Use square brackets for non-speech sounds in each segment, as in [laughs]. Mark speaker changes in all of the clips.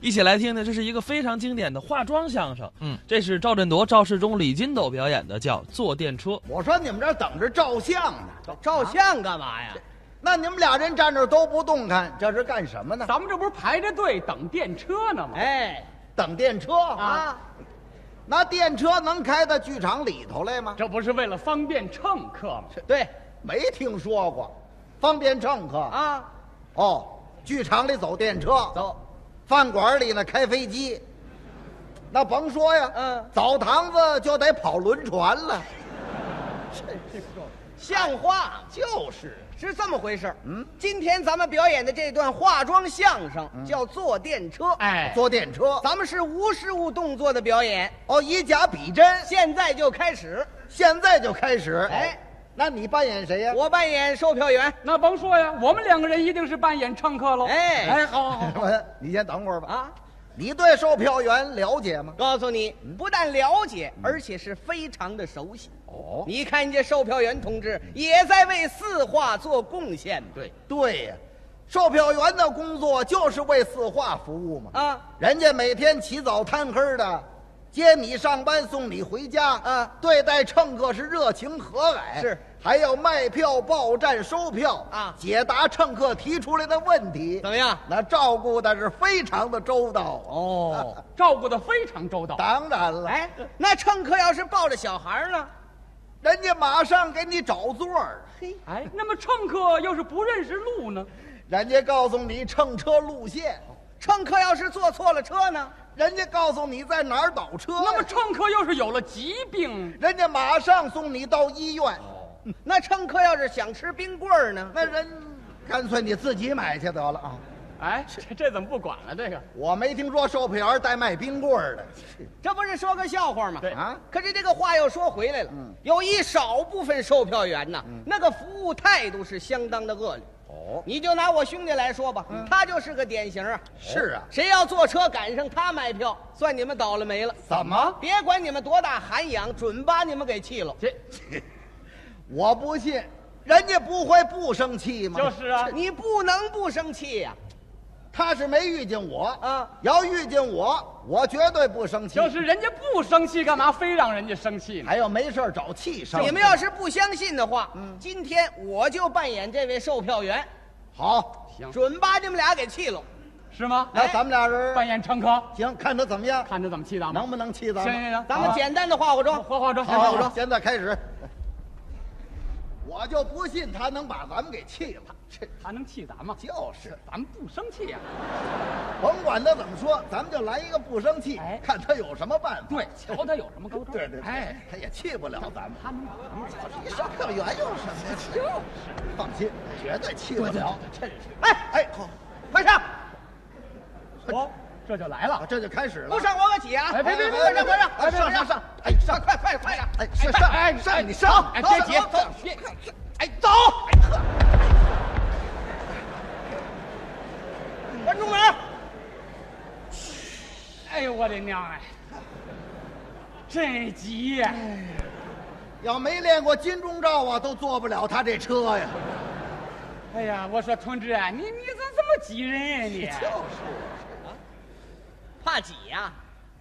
Speaker 1: 一起来听呢，这是一个非常经典的化妆相声。
Speaker 2: 嗯，
Speaker 1: 这是赵振铎、赵世忠、李金斗表演的，叫《坐电车》。
Speaker 3: 我说你们这儿等着照相呢，
Speaker 4: 照相干嘛呀？
Speaker 3: 那你们俩人站这儿都不动弹，这是干什么呢？
Speaker 4: 咱们这不是排着队等电车呢吗？
Speaker 3: 哎，等电车啊
Speaker 4: 啊！
Speaker 3: 那电车能开到剧场里头来吗？
Speaker 4: 这不是为了方便乘客吗？
Speaker 3: 对，没听说过，方便乘客啊。
Speaker 4: 啊，
Speaker 3: 哦，剧场里走电车，
Speaker 4: 走，
Speaker 3: 饭馆里呢开飞机，那甭说呀，
Speaker 4: 嗯哎
Speaker 3: 澡堂子就得跑轮船了。
Speaker 5: 像话吗
Speaker 3: 就是，
Speaker 5: 是这么回事嗯，今天咱们表演的这段化妆相声叫坐电车。
Speaker 4: 哎，
Speaker 3: 坐电车，
Speaker 5: 咱们是无实物动作的表演，
Speaker 3: 哦，以假比真，
Speaker 5: 现在就开始。
Speaker 3: 现在就开始。
Speaker 5: 哎，
Speaker 3: 那你扮演谁呀？
Speaker 5: 我扮演售票员。
Speaker 4: 那甭说呀，我们两个人一定是扮演乘客喽。
Speaker 5: 哎
Speaker 4: 哎，好好好，
Speaker 3: [laughs] 我，你先等会儿吧。
Speaker 5: 啊，
Speaker 3: 你对售票员了解吗？
Speaker 5: 告诉你，不但了解，而且是非常的熟悉。
Speaker 3: 哦，
Speaker 5: 你看，人家售票员同志也在为四化做贡献嘛。对
Speaker 3: 对呀，售票员的工作就是为四化服务嘛。
Speaker 5: 啊，
Speaker 3: 人家每天起早贪黑的，接你上班，送你回家，
Speaker 5: 啊
Speaker 3: 对待乘客是热情和蔼，
Speaker 5: 是，
Speaker 3: 还要卖票、报站、收票
Speaker 5: 啊
Speaker 3: 解答乘客提出来的问题
Speaker 5: 怎，么样？
Speaker 3: 那照顾的是非常的周到。
Speaker 5: 哦，
Speaker 4: 照顾的非常周到。
Speaker 3: 当然了，
Speaker 5: 哎，那乘客要是抱着小孩儿呢？
Speaker 3: 人家马上给你找座儿，
Speaker 5: 嘿，
Speaker 4: 哎，那么乘客要是不认识路呢？
Speaker 3: 人家告诉你乘车路线，
Speaker 5: 乘客要是坐错了车呢？
Speaker 3: 人家告诉你在哪儿倒车，
Speaker 4: 那么乘客要是有了疾病，
Speaker 3: 人家马上送你到医院，
Speaker 4: 哦
Speaker 5: 那乘客要是想吃冰棍儿呢？
Speaker 3: 那人干脆你自己买去得了啊。
Speaker 4: 哎，这这怎么不管了？这个
Speaker 3: 我没听说售票员带卖冰棍儿的
Speaker 5: 这不是说个笑话吗？
Speaker 4: 对
Speaker 3: 啊！
Speaker 5: 可是这个话又说回来了，有一少部分售票员呐，那个服务态度是相当的恶劣。
Speaker 3: 哦，
Speaker 5: 你就拿我兄弟来说吧，他就是个典型啊。
Speaker 3: 是啊，
Speaker 5: 谁要坐车赶上他买票，算你们倒了霉了。
Speaker 3: 怎么？
Speaker 5: 别管你们多大涵养，准把你们给气了。
Speaker 4: 这
Speaker 3: 我不信，人家不会不生气吗？
Speaker 4: 就是啊，
Speaker 5: 你不能不生气呀、
Speaker 3: 他是没遇见我
Speaker 5: 啊，
Speaker 3: 要遇见我，我绝对不生气。
Speaker 4: 就是人家不生气，干嘛非让人家生气呢？
Speaker 3: 还有没事儿找气生。
Speaker 5: 你们要是不相信的话，今天我就扮演这位售票员，
Speaker 3: 好，
Speaker 4: 行，
Speaker 5: 准把你们俩给气了。
Speaker 4: 是吗？
Speaker 3: 那咱们俩人
Speaker 4: 扮演乘客，
Speaker 3: 行，看他怎么样，
Speaker 4: 看他怎么气咱们。
Speaker 3: 能不能气咱
Speaker 4: 行行
Speaker 3: 们？
Speaker 4: 行，
Speaker 5: 咱们简单的化化妆。
Speaker 4: 化化妆，先化
Speaker 3: 好，
Speaker 4: 化妆。
Speaker 3: 现在开始。我就不信他能把咱们给气了。这
Speaker 4: 他能气咱吗？
Speaker 3: 就是，
Speaker 4: 咱们不生气呀、
Speaker 3: 甭管他怎么说，咱们就来一个不生气，
Speaker 4: 哎
Speaker 3: 看他有什么办法。
Speaker 4: 对，瞧他有什么高招。
Speaker 3: 对对，
Speaker 4: 哎，，
Speaker 3: 他也气不了咱们。
Speaker 4: 他能把咱们气
Speaker 3: 你售票员有什么呀？放心，绝对气不了。真是，
Speaker 5: 哎，
Speaker 3: 哎，好，
Speaker 5: 快上，
Speaker 4: 哦，这就来
Speaker 3: 啊
Speaker 4: 了。
Speaker 3: 这就开始了。
Speaker 5: 不上我可起啊！
Speaker 4: 哎别别别
Speaker 5: 快上快
Speaker 3: 哎
Speaker 5: 上快
Speaker 3: 上上上，哎上，
Speaker 5: 快快快点！
Speaker 3: 哎上上上，你上，
Speaker 4: 哎，
Speaker 3: 走
Speaker 4: 别
Speaker 3: 走
Speaker 4: 急
Speaker 3: 走走，
Speaker 4: 别，
Speaker 5: 哎，走！关住门！
Speaker 4: 哎呦我的娘哎，真急呀、
Speaker 3: 要没练过金钟罩啊，都坐不了他这车呀。
Speaker 4: 哎呀，我说同志啊，你你怎么这么急人呀、 [laughs] 你？
Speaker 5: 怕挤呀、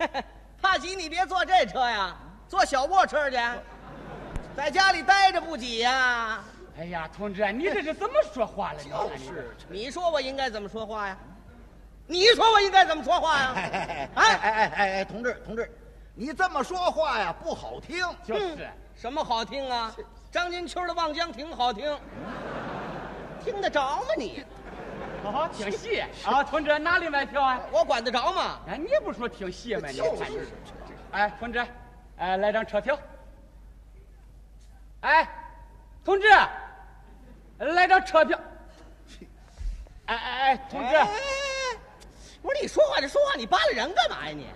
Speaker 5: [laughs] 怕挤你别坐这车呀，坐小卧车去，在家里待着不挤呀、
Speaker 4: 哎呀，同志啊，你这是怎么说话了？啊就
Speaker 5: 你说我应该怎么说话呀？你说我应该怎么说话 [laughs] 呀？
Speaker 3: 哎哎
Speaker 5: 啊
Speaker 3: 哎哎哎哎，同志同志，你这么说话呀不好听。
Speaker 4: 就是，
Speaker 5: 什么好听啊？张金秋的《望江亭》好听，听得着吗你？
Speaker 4: 好好挺细啊，同志哪里买票啊？
Speaker 5: 我管得着吗？
Speaker 4: 哎，你也不说挺细吗？你
Speaker 3: 就是，
Speaker 4: 哎，同志，哎，来张车票。哎，同志，啊来张车票。哎哎哎，同志，
Speaker 5: 哎，不是你说话就说话，你扒拉人干嘛呀你？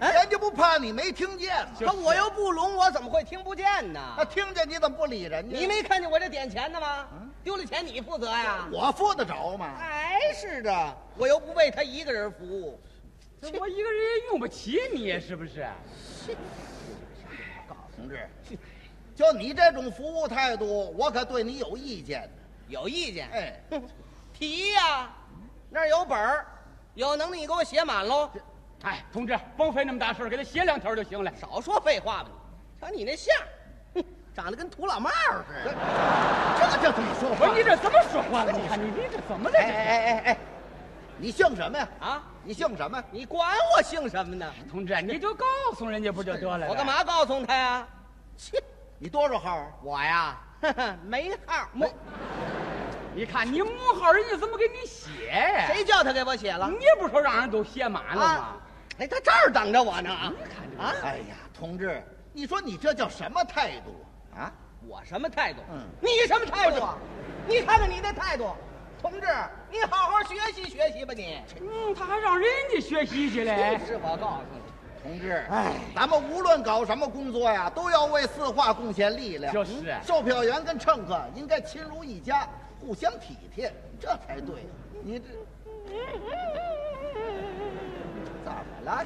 Speaker 3: 哎人家不怕你没听见吗？
Speaker 5: 可我又不聋，我怎么会听不见呢
Speaker 3: 那？听见你怎么不理人家？
Speaker 5: 你没看见我这点钱的吗？丢了钱你负责呀？
Speaker 3: 啊我付得着吗？
Speaker 5: 还是的，我又不为他一个人服务。
Speaker 4: 这我一个人也用不起你，是不是？
Speaker 3: 同志，就你这种服务态度，我可对你有意见呢。
Speaker 5: 有意见？
Speaker 3: 哎，
Speaker 5: 提呀、那儿有本儿，有能力你给我写满喽，
Speaker 4: 哎，同志，甭费那么大事儿，给他写两条就行了。
Speaker 5: 少说废话吧你。瞧你那相，哼，长得跟土老帽似的。
Speaker 3: 这叫怎么说
Speaker 4: 不
Speaker 3: 话
Speaker 4: 是？你这怎么说话了？你看你你这怎么的？
Speaker 3: 哎哎哎哎，你姓什么呀？
Speaker 5: 啊，
Speaker 3: 你姓什么呀？
Speaker 5: 你管我姓什么呢？
Speaker 4: 同志，你就告诉人家不就得了？
Speaker 5: 我干？嘛告诉他呀？切，
Speaker 3: 你多少号啊？
Speaker 5: 我呀， [laughs] 呵呵没号，
Speaker 4: 没你看你母号人家怎么给你写呀？
Speaker 5: 谁叫他给我写了？
Speaker 4: 你不说让人都写满了
Speaker 5: 啊
Speaker 4: 吗？，
Speaker 5: 哎，他这儿等着我呢啊！啊，
Speaker 3: 哎呀，同志，你说你这叫什么态度啊？啊
Speaker 5: 我什么态度？
Speaker 3: 嗯
Speaker 5: 你什么态度？你看看你那态度，同志，你好好学习学习吧你。
Speaker 4: 嗯，他还让人家学习去了。
Speaker 5: 是我告诉你，
Speaker 3: 同志，哎，咱们无论搞什么工作呀，都要为四化贡献力量。
Speaker 4: 就是
Speaker 3: 嗯售票员跟乘客应该亲如一家，互相体贴，这才对。你这怎么了？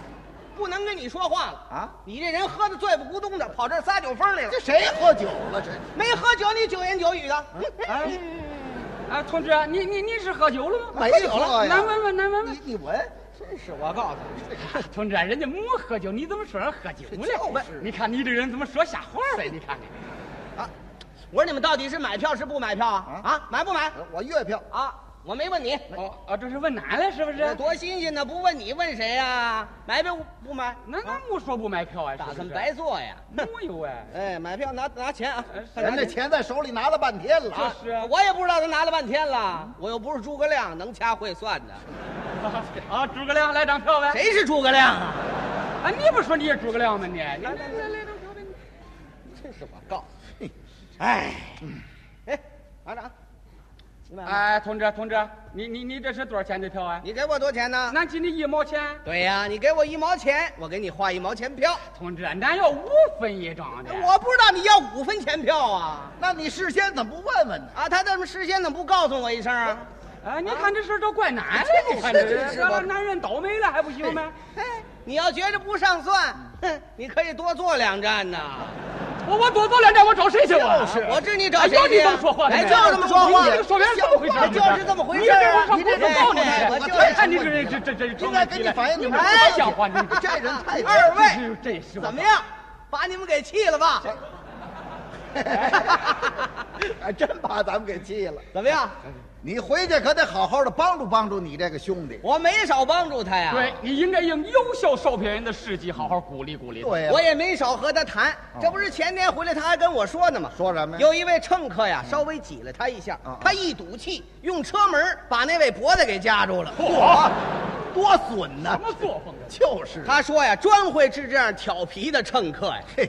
Speaker 5: 不能跟你说话了
Speaker 3: 啊
Speaker 5: 你这人喝的醉不咕咚的，跑这儿撒酒疯来了
Speaker 3: 这。谁喝酒了？这
Speaker 5: 没喝酒，你九言九语的。
Speaker 4: 哎，啊，同志，你你你是喝酒了吗？
Speaker 3: 没有了呀
Speaker 4: 难闻闻，难闻闻
Speaker 3: 你。你闻，
Speaker 5: 真是我告诉你，
Speaker 4: 同志，人家没喝酒，你怎么说人喝酒
Speaker 5: 就
Speaker 4: 呢
Speaker 5: 是？
Speaker 4: 你看你这人怎么说瞎话嘞？你看看，
Speaker 5: 我说你们到底是买票是不买票啊？
Speaker 3: 啊
Speaker 5: 啊，买不买？
Speaker 3: 我月票
Speaker 5: 啊，我没问你，
Speaker 4: 哦哦，这是问哪了？是不是？
Speaker 5: 哎多新鲜呢！不问你问谁呀、买不不买？
Speaker 4: 那那我说不买票啊？
Speaker 5: 打
Speaker 4: 是
Speaker 5: 算
Speaker 4: 不是
Speaker 5: 白做呀？
Speaker 4: 没有哎。
Speaker 5: 哎，买票拿拿钱啊！
Speaker 3: 人这钱在手里拿了半天了啊，
Speaker 4: 是啊 [laughs]
Speaker 5: 我也不知道他拿了半天了，我又不是诸葛亮，能掐会算的。
Speaker 4: 啊，诸葛亮来张票呗。？
Speaker 5: 谁是诸葛亮啊？
Speaker 4: 啊，你不说你也诸葛亮吗？你来来来来张票呗。
Speaker 5: 这是我告。
Speaker 3: 哎，
Speaker 5: 哎，团长，你买吗？
Speaker 4: 哎，同志同志，你你你这是多少钱的票啊？
Speaker 5: 你给我多少钱呢？
Speaker 4: 俺给你一毛钱。
Speaker 5: 对呀、你给我一毛钱，我给你画一毛钱票。
Speaker 4: 同志，俺要五分一张的。
Speaker 5: 哎我不知道你要五分钱票啊！
Speaker 3: 那你事先怎么不问问呢？
Speaker 5: 啊，他怎么事先怎么不告诉我一声啊？
Speaker 4: 啊，你看这事儿都怪俺了，
Speaker 3: 真
Speaker 4: 你看
Speaker 3: 是
Speaker 4: 这
Speaker 3: 真是
Speaker 4: 让
Speaker 3: 我
Speaker 4: 让男人倒霉了还不行吗？
Speaker 5: 哎，你要觉着不上算，哼，你可以多坐两站呐。
Speaker 4: 我我多做两站，我找谁去？
Speaker 3: 就
Speaker 4: 我
Speaker 3: 是
Speaker 5: 我知你找
Speaker 4: 哎
Speaker 5: 谁去
Speaker 4: 呦，你这
Speaker 5: 啊
Speaker 4: 么说话的，
Speaker 5: 哎，就是这么说话哎
Speaker 4: 你这。个说别人怎么回事？
Speaker 5: 就是这么回事
Speaker 4: 你这
Speaker 5: 啊
Speaker 4: 人说不是道理
Speaker 5: 哎哎我。就是
Speaker 4: 哎哎，你这人这这这这
Speaker 3: 应该跟你反映
Speaker 4: 你
Speaker 3: 你
Speaker 4: 哎这
Speaker 3: 们
Speaker 4: 不像话，你
Speaker 3: 这人太
Speaker 5: 二
Speaker 4: 这
Speaker 5: 位
Speaker 4: 真是我
Speaker 5: 怎么？样？把你们给气了吧？
Speaker 3: [laughs] 还哎真把咱们给气了。
Speaker 5: 怎么样？
Speaker 3: 你回去可得好好的帮助帮助你这个兄弟。
Speaker 5: 我没少帮助他呀，
Speaker 4: 对你应该用优秀售票员的事迹好好鼓励鼓励。
Speaker 3: 对呀、
Speaker 5: 我也没少和他谈。
Speaker 4: 哦
Speaker 5: 这不是前天回来他还跟我说呢吗？
Speaker 3: 说什么呀
Speaker 5: 有一位乘客
Speaker 4: 嗯
Speaker 5: 呀，稍微挤了他一下
Speaker 4: 哦
Speaker 3: 嗯嗯，
Speaker 5: 他一赌气，用车门把那位脖子给夹住了。
Speaker 3: 嚯，多损呐、
Speaker 4: 什么作风啊？
Speaker 3: 就是
Speaker 5: 他说呀，专会治这样调皮的乘客呀。
Speaker 3: 嘿，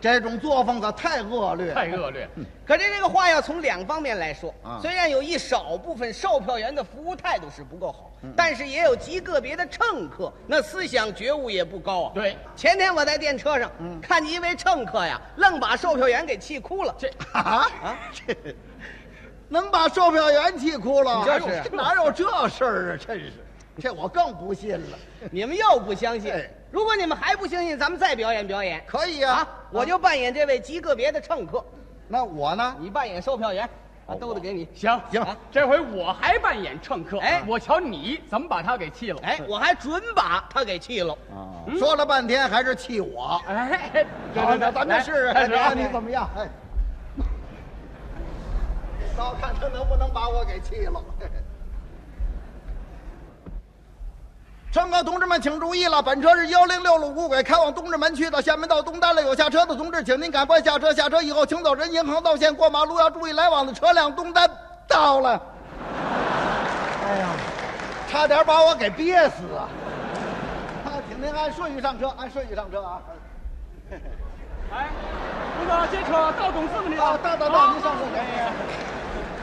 Speaker 3: 这种作风可太恶劣。
Speaker 4: 太恶劣！
Speaker 5: 可是这个话要从两方面来说
Speaker 3: 啊，
Speaker 5: 虽然有一少部分售票员的服务态度是不够好，
Speaker 3: 嗯
Speaker 5: 但是也有极个别的乘客那思想觉悟也不高啊。
Speaker 4: 对，
Speaker 5: 前天我在电车上
Speaker 3: 嗯
Speaker 5: 看见一位乘客呀，愣把售票员给气哭了。
Speaker 4: 这
Speaker 3: 啊啊！ [laughs] 这能把售票员气哭了？
Speaker 5: 就是
Speaker 4: 哎
Speaker 3: 哪有这事儿啊？真是，这我更不信了。
Speaker 5: 你们又不相信
Speaker 3: 哎？
Speaker 5: 如果你们还不相信，咱们再表演表演。
Speaker 3: 可以啊，
Speaker 5: 我就扮演这位极个别的乘客，
Speaker 3: 那我呢？
Speaker 5: 你扮演售票员，把兜子给你。
Speaker 4: 行
Speaker 3: 行
Speaker 4: 啊这回我还扮演乘客，
Speaker 5: 哎
Speaker 4: 我瞧你怎么把他给气了。
Speaker 5: 哎，
Speaker 3: 哦
Speaker 5: 我还准把他给气了。
Speaker 3: 啊，说了半天还是气我。
Speaker 4: 哎，对
Speaker 3: 好，
Speaker 4: 对
Speaker 3: 那
Speaker 4: 对，
Speaker 3: 咱们试
Speaker 5: 啊
Speaker 3: 试，
Speaker 4: 开
Speaker 3: 看
Speaker 4: 始啊
Speaker 3: 看你怎么样。哎， [laughs] 倒看他能不能把我给气了。 [laughs] 乘客同志们，请注意了，本车是幺零六路五轨，开往东直门区的。下面到东单了，有下车的同志，请您赶快下车。下车以后，请走人行横道线，过马路要注意来往的车辆。东单到
Speaker 4: [laughs]
Speaker 3: 了。哎呀，差点把我给憋死啊！ [laughs] 啊，请您按顺序上车，按顺序上车啊。
Speaker 4: 哎，那个这车到总司令
Speaker 3: 啊，
Speaker 4: 了，
Speaker 3: 到到
Speaker 4: 啊
Speaker 3: 到，您上车去。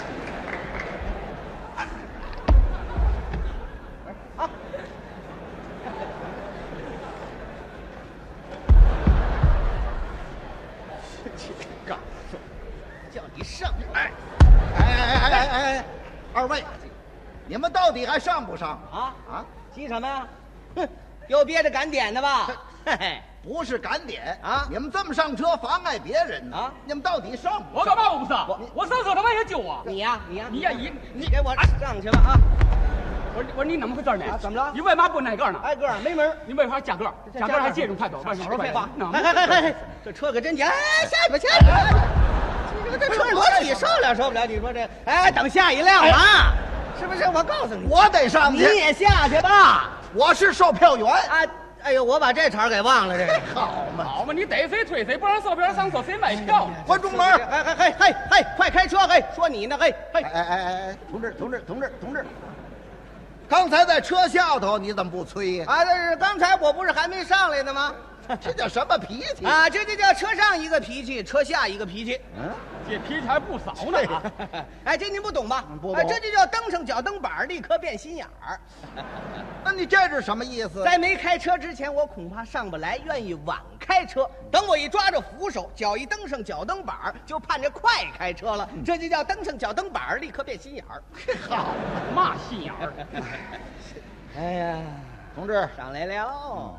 Speaker 5: 叫你上，
Speaker 3: 哎哎哎哎哎哎，二位，你们到底还上不上
Speaker 5: 啊
Speaker 3: 啊？
Speaker 5: 急什么呀？哼，又憋着赶点的吧？嘿嘿，
Speaker 3: 不是赶点
Speaker 5: 啊
Speaker 3: 你们这么上车妨碍别人呢
Speaker 5: 啊
Speaker 3: 你们到底上不
Speaker 4: 我
Speaker 3: 上
Speaker 4: 干？嘛我不上？我上车他妈也救我，
Speaker 5: 你呀，你呀，
Speaker 4: 你呀你
Speaker 5: 你给我上去吧啊！
Speaker 4: 我说我说你怎么回事呢？
Speaker 5: 啊怎么了
Speaker 4: 你为嘛不挨个呢？
Speaker 5: 挨个儿没门儿。
Speaker 4: 你为啥加个儿？
Speaker 5: 这
Speaker 4: 加个儿
Speaker 5: 加个
Speaker 4: 还
Speaker 5: 儿
Speaker 4: 借种太多，万
Speaker 5: 少说废话！
Speaker 4: 那
Speaker 5: 哎哎哎哎，这车可真急！哎，下一把，下一把！这车裸体受了受不了？你说这？哎，等下一辆吧，是不是？我告诉你，
Speaker 3: 我得上
Speaker 5: 哎你
Speaker 3: 去，
Speaker 5: 也下去吧。
Speaker 3: 我是售票员。
Speaker 5: 啊，哎呦，我把这茬儿给忘了。这个
Speaker 3: 好嘛，
Speaker 4: 好嘛，你逮谁推谁，不让售票上锁谁买票？
Speaker 3: 关中门。
Speaker 5: 哎哎哎哎哎，快开车！嘿，说你呢，嘿
Speaker 3: 哎
Speaker 5: 嘿，
Speaker 3: 哎哎哎哎，同志同志同志同志，刚才在车下头你怎么不催呀、啊
Speaker 5: 啊，这是刚才我不是还没上来呢吗？
Speaker 3: 这叫什么脾气？
Speaker 5: 啊，这就叫车上一个脾气，车下一个脾气。
Speaker 4: 这脾气还不少呢啊！
Speaker 5: [laughs] 哎，这您不懂吧？
Speaker 3: 嗯不懂
Speaker 5: 哎这就叫蹬上脚蹬板儿，立刻变心眼儿。
Speaker 3: 那啊你这是什么意思？
Speaker 5: 在没开车之前，我恐怕上不来，愿意晚开车。等我一抓着扶手，脚一蹬上脚蹬板儿，就盼着快开车了。这就叫蹬上脚蹬板儿，立刻变心眼儿。
Speaker 3: 嗯 [laughs] 好，
Speaker 4: 嘛心眼儿，
Speaker 5: 哎呀，
Speaker 3: 同志，
Speaker 5: 上来了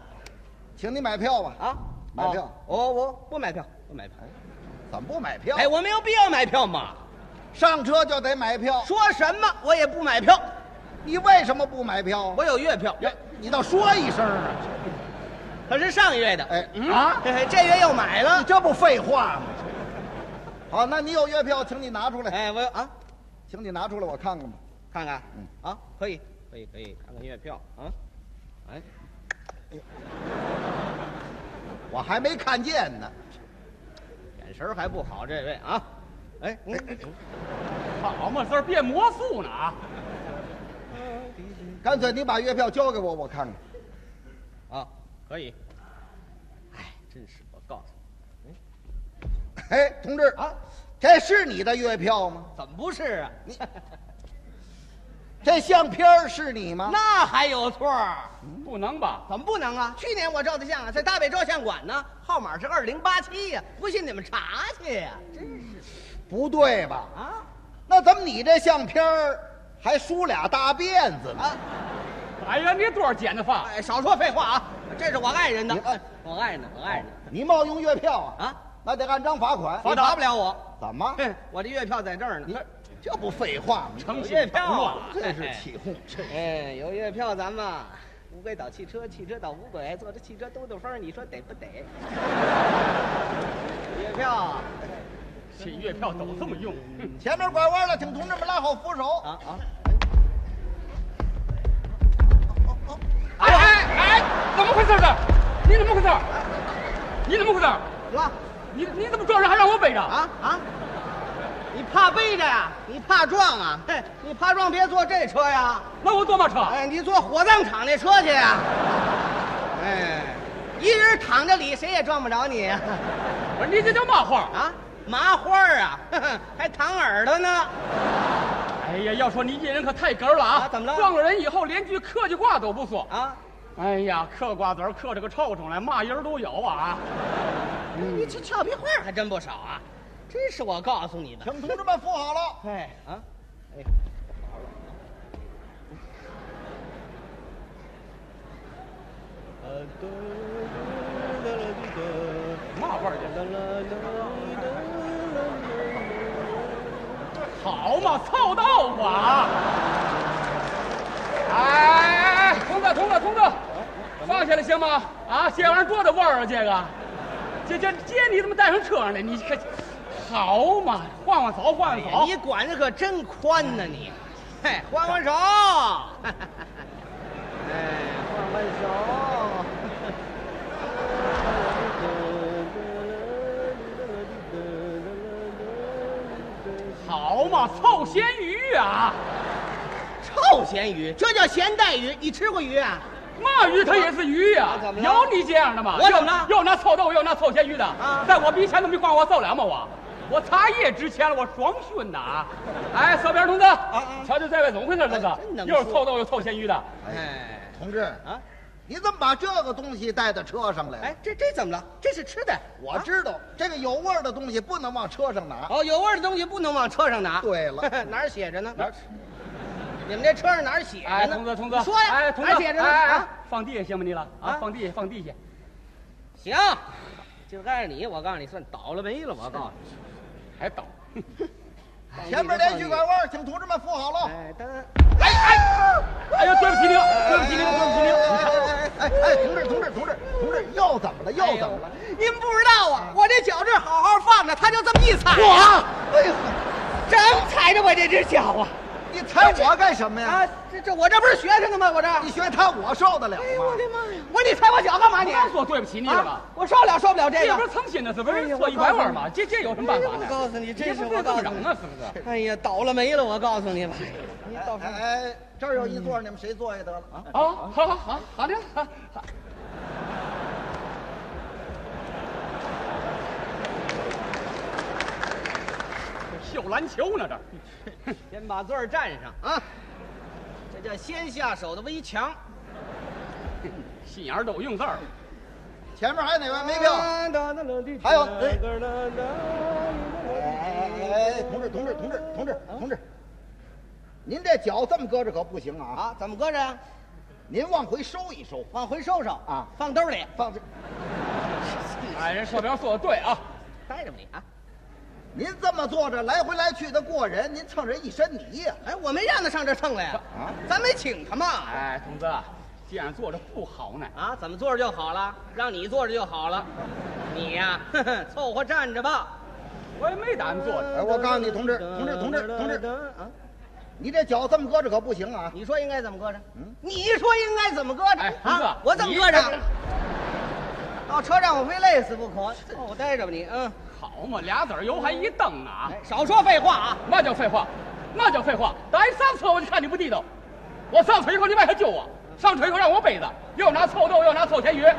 Speaker 3: 请你买票吧。
Speaker 5: 啊！
Speaker 3: 买票
Speaker 5: 哦我我不买票，不买票。
Speaker 3: 怎么不买票？
Speaker 5: 哎，我没有必要买票嘛。
Speaker 3: 上车就得买票。
Speaker 5: 说什么我也不买票，
Speaker 3: 你为什么不买票？啊
Speaker 5: 我有月票，
Speaker 3: 你倒说一声啊！
Speaker 5: 可是上月的。嗯
Speaker 3: 哎、
Speaker 4: 啊，
Speaker 5: 嘿嘿，这月又买
Speaker 3: 你
Speaker 5: 了。
Speaker 3: 这不废话吗？好，那你有月票，请你拿出来，
Speaker 5: 哎，我有啊，
Speaker 3: 请你拿出来，我看看吧。
Speaker 5: 看看，
Speaker 3: 嗯
Speaker 5: 啊，可以，可以，可以，看看月票啊。哎，
Speaker 3: 我还没看见呢。
Speaker 5: 眼神儿还不好，这位啊。哎，嗯
Speaker 4: 好嘛，这儿变魔术呢啊！
Speaker 3: 干脆你把月票交给我，我看看。
Speaker 5: 啊，可以。哎，真是，我告诉你，
Speaker 3: 哎，同志啊，这是你的月票吗？
Speaker 5: 怎么不是啊？你
Speaker 3: 这相片儿是你吗？
Speaker 5: 那还有错儿？
Speaker 4: 不能吧？
Speaker 5: 怎么不能啊？去年我照的相啊，在大北照相馆呢，号码是二零八七呀。不信你们查去呀。真是
Speaker 3: 不对吧？
Speaker 5: 啊
Speaker 3: 那怎么你这相片儿还梳俩大辫子呢？
Speaker 5: 啊！
Speaker 4: 哎呀，你多少剪的发？
Speaker 5: 哎，少说废话啊！这是我爱人的哎
Speaker 3: 你爱，
Speaker 5: 我爱人的，我爱人的。
Speaker 3: 你冒用月票啊？
Speaker 5: 啊，
Speaker 3: 那得按章罚款。
Speaker 5: 你打不了我，
Speaker 3: 怎么？
Speaker 5: 哼，我这月票在这儿呢。
Speaker 3: 你这不废话吗？
Speaker 4: 诚
Speaker 5: 月
Speaker 4: 信
Speaker 5: 票
Speaker 4: 承诺
Speaker 5: 啊，
Speaker 3: 这是起哄，这
Speaker 5: 哎，有月票咱们乌龟倒汽车，汽车倒乌龟，坐着汽车兜兜风儿，你说得不得？ [laughs] 月票
Speaker 4: 这月票都这么用，哼
Speaker 3: 前面拐弯了，请同志们拉好扶手。
Speaker 5: 啊啊！
Speaker 4: 哎哎哎，怎么回事儿这？你怎么回事儿？你怎么回事儿？
Speaker 5: 什么
Speaker 4: 你你怎么撞人还让我背着？
Speaker 5: 啊啊？你怕背着呀？你怕撞啊？嘿，你怕撞别坐这车呀！
Speaker 4: 那我坐嘛车？
Speaker 5: 哎，你坐火葬场那车去呀！哎，一人躺着里，谁也撞不着你呀！
Speaker 4: 我说你这叫嘛话？
Speaker 5: 啊，麻花儿啊， [laughs] 呵呵还淌耳朵呢。
Speaker 4: 哎呀，要说你一人可太哏儿了啊
Speaker 5: 啊怎么了
Speaker 4: 撞了人以后，连句客气话都不说。
Speaker 5: 啊，
Speaker 4: 哎呀，嗑瓜子儿嗑着个臭虫来，嘛人儿都有啊！
Speaker 5: 你这俏皮话儿还真不少啊！真是我告诉你的。
Speaker 3: 请同志们扶好了。
Speaker 5: 哎啊，哎，
Speaker 4: 嘛味儿去？好嘛，臭豆腐啊！哎哎哎，同志同志同志，放下来行吗？啊，这玩意儿多大味儿啊！这个，这这这你怎么带上车上来？你可好嘛，换换手，换换手。
Speaker 5: 你管的可真宽呐、你！嘿，换换手，哎，换换手。
Speaker 4: 好嘛，臭咸鱼啊！
Speaker 5: 臭咸鱼，这叫咸带鱼。你吃过鱼啊？
Speaker 4: 嘛鱼它也是鱼呀、
Speaker 5: 啊怎么了
Speaker 4: 有你这样的吗？
Speaker 5: 我怎么了
Speaker 4: 又又拿臭豆腐，又拿臭咸鱼的，
Speaker 5: 啊
Speaker 4: 在我鼻前都没逛我受了吗？我，我茶叶值钱了，我爽熏呐啊！哎，小边同志，瞧瞧这位怎么回事？这
Speaker 5: 哎
Speaker 4: 个
Speaker 5: 真能
Speaker 4: 又是
Speaker 5: 说
Speaker 4: 臭豆腐，又臭咸鱼的，
Speaker 5: 哎
Speaker 3: 同志，
Speaker 5: 啊，
Speaker 3: 你怎么把这个东西带到车上来了？
Speaker 5: 哎，这这怎么了？这是吃的。
Speaker 3: 我知道这个有味儿的东西不能往车上拿。
Speaker 5: 哦，有味儿的东西不能往车上拿。
Speaker 3: 对了
Speaker 5: 哪儿写着呢？哪儿？你们这车上哪儿写着呢？
Speaker 4: 哎，同志同志，
Speaker 5: 你说呀，
Speaker 4: 哎，同
Speaker 5: 哪
Speaker 4: 志，
Speaker 5: 儿写着呢？
Speaker 4: 哎哎
Speaker 5: 啊，
Speaker 4: 放地下行吗？你了啊
Speaker 5: 啊，
Speaker 4: 放地下，放地下。
Speaker 5: 行，就该是你，我告诉你，算倒了霉了，我告诉你。
Speaker 4: 还倒，哼
Speaker 3: 前面连续拐弯，请同志们扶好了。
Speaker 5: 哎，等，
Speaker 4: 哎哎，哎呀，对不起您，对不起您，对不起您，你
Speaker 3: 哎
Speaker 4: 看
Speaker 3: 哎哎，同志同志同志同志，又怎么
Speaker 5: 哎
Speaker 3: 了？又怎么了？
Speaker 5: 您不知道啊，我这脚趾好好放着，它就这么一踩，
Speaker 3: 我，哎呦，
Speaker 5: 真踩着我这只脚啊！
Speaker 3: 你踩我干什么呀
Speaker 5: 啊？，这这我这不是学生呢吗？我这，
Speaker 3: 你学他，我受得了
Speaker 5: 哎呦
Speaker 3: 吗
Speaker 5: 我？的妈呀！我说你踩我脚干嘛你？
Speaker 4: 告诉我对不起你了吧
Speaker 5: 啊？我受不了，受不了
Speaker 4: 这
Speaker 5: 这
Speaker 4: 也不是
Speaker 5: 个。
Speaker 4: 蹭新的，这不
Speaker 5: 哎
Speaker 4: 是
Speaker 5: 呀
Speaker 4: 错一
Speaker 5: 我
Speaker 4: 拐
Speaker 5: 告诉
Speaker 4: 弯
Speaker 5: 你
Speaker 4: 吗？这这有什么办法呢？
Speaker 5: 我告诉你
Speaker 4: 这
Speaker 5: 真是
Speaker 4: 不
Speaker 5: 我告诉你
Speaker 4: 整啊，是不是？
Speaker 5: 哎呀，倒了霉了！我告诉你吧，你倒
Speaker 3: 哎
Speaker 5: 上。
Speaker 3: 哎，这儿有一座，你们谁坐下得了啊？
Speaker 4: 啊，好好好，好的，好好秀篮球呢，这儿
Speaker 5: 先把座儿占上啊，这叫先下手的为强。
Speaker 4: 心眼儿都用字儿。
Speaker 3: 前面还有哪位没票？还有，哎，哎哎，同志同志同志同
Speaker 5: 啊
Speaker 3: 志同志，您这脚这么搁着可不行啊！
Speaker 5: 啊，怎么搁着呀？
Speaker 3: 您往回收一收，
Speaker 5: 往回收收
Speaker 3: 啊
Speaker 5: 放兜里，
Speaker 3: 放这，
Speaker 4: 哎，人社标说的对啊，
Speaker 5: 带着你啊。
Speaker 3: 您这么坐着来回来去的过人，您蹭人一身泥呀！
Speaker 5: 哎，我没让他上这蹭来呀，
Speaker 3: 啊
Speaker 5: 咱没请他嘛。
Speaker 4: 哎，同志，既然坐着不好呢，
Speaker 5: 啊，怎么坐着就好了，让你坐着就好了。你呀、呵呵，凑合站着吧。
Speaker 4: 我也没打算坐着。
Speaker 3: 哎，我告诉你，同志，同志，同志，嗯同志，
Speaker 5: 啊，
Speaker 3: 你这脚这么搁着可不行啊！
Speaker 5: 你说应该怎么搁着？
Speaker 3: 嗯
Speaker 5: 你说应该怎么搁着？
Speaker 4: 哎同志
Speaker 5: 啊，我怎么搁
Speaker 4: 你
Speaker 5: 着？到车站我非累死不可。哦我待着吧你，嗯。
Speaker 4: 好嘛，俩子儿油还一蹬呢啊！
Speaker 5: 哎，少说废话啊！
Speaker 4: 那叫废话，那叫废话！打一上车我就看你不地道，我上车以后你外头揪我，上车以后让我背着，又拿臭豆又拿臭咸鱼，人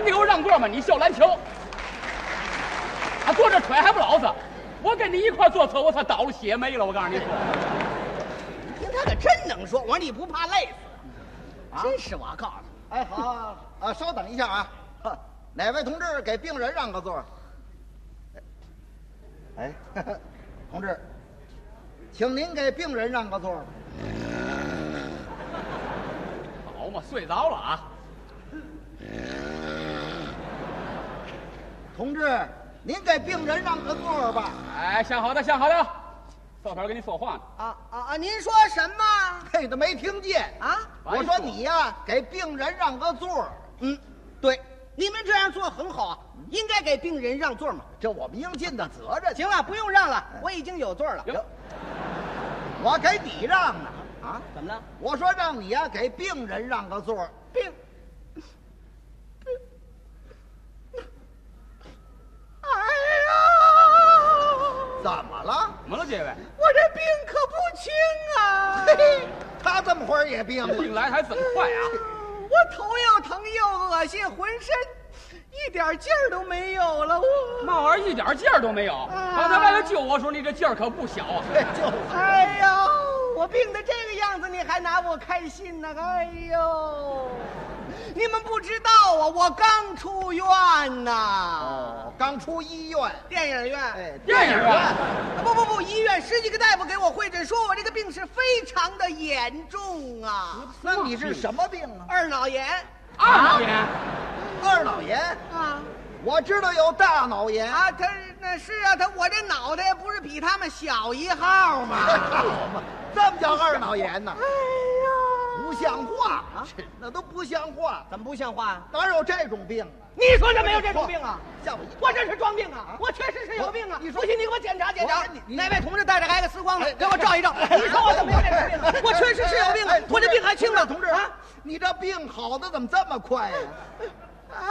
Speaker 4: 家给我让座嘛，你笑篮球，啊，坐这腿还不老实，我跟你一块坐车，我操，倒了血霉了，我告诉你说，
Speaker 5: 您他可真能说，我说你不怕累死啊？真是我告诉你，
Speaker 3: 哎，好好好啊，稍等一下啊，呵哪位同志给病人让个座儿？哎， [laughs] 呵呵同志，请您给病人让个座儿。
Speaker 4: 好嘛，睡着了啊，
Speaker 3: 同志，您给病人让个座儿吧。
Speaker 4: 哎，想好的想好的，赵头跟你说话呢，
Speaker 5: 啊啊啊！您说什么
Speaker 3: 嘿，都没听见。
Speaker 5: 啊？
Speaker 3: 我说你呀、给病人让个座儿，
Speaker 5: 嗯，对，你们这样做很好啊，应该给病人让座嘛。
Speaker 3: 这我们应尽的责任。
Speaker 5: 行了，不用让了，我已经嗯有座了。
Speaker 4: 哟，
Speaker 3: 我给你让呢，
Speaker 5: 啊？怎么了？
Speaker 3: 我说让你呀、给病人让个座儿。
Speaker 5: 病？哎呀，
Speaker 3: 怎么了？
Speaker 4: 怎么了这位？
Speaker 5: 我这病可不轻啊！
Speaker 3: 嘿嘿，他这么会儿也病了。
Speaker 4: 病来得还真快啊，
Speaker 5: 我头又疼又恶心，浑身一点劲儿都没有了。我，
Speaker 4: 那玩意儿一点劲儿都没有，刚才外头揪我的时候，你这劲儿可不小啊。
Speaker 3: 嘿就是。
Speaker 5: 哎呦，我病得这个样子，你还拿我开心呢？哎呦，你们不知道啊，我刚出院呐、
Speaker 3: 哦，刚出医院。
Speaker 5: 电影院，
Speaker 3: 哎，
Speaker 4: 电影啊，
Speaker 5: 不不不，医院十几个大夫给我会诊，说我这个病是非常的严重啊，
Speaker 3: 那你是什么病啊？
Speaker 5: 二脑炎
Speaker 4: 二老爷，
Speaker 3: 二脑炎。
Speaker 5: 啊
Speaker 3: 我知道有大脑炎。
Speaker 5: 啊，他那是啊，他我这脑袋不是比他们小一号吗？
Speaker 3: 好嘛，这么叫二脑炎呢
Speaker 5: 哎？呀，
Speaker 3: 不像话
Speaker 5: 啊！
Speaker 3: 那都不像话，
Speaker 5: [laughs] 怎么不像话呀、
Speaker 3: 哪有这种病啊？
Speaker 5: 你说这没有这种病啊？
Speaker 3: 吓我一跳！
Speaker 5: 我这是装病啊！我确实是有病啊！
Speaker 3: 你说
Speaker 5: 不信你给我检查检查
Speaker 3: 我你。你
Speaker 5: 哪位同志带着 X 光
Speaker 3: 哎
Speaker 5: 的，给我照一照。你说我怎么有这种病啊？我确实是有病啊
Speaker 3: 哎哎！
Speaker 5: 我这病还轻
Speaker 3: 同
Speaker 5: 了，
Speaker 3: 志同志
Speaker 5: 啊！
Speaker 3: 你这病好的怎么这么快呀？
Speaker 5: 哎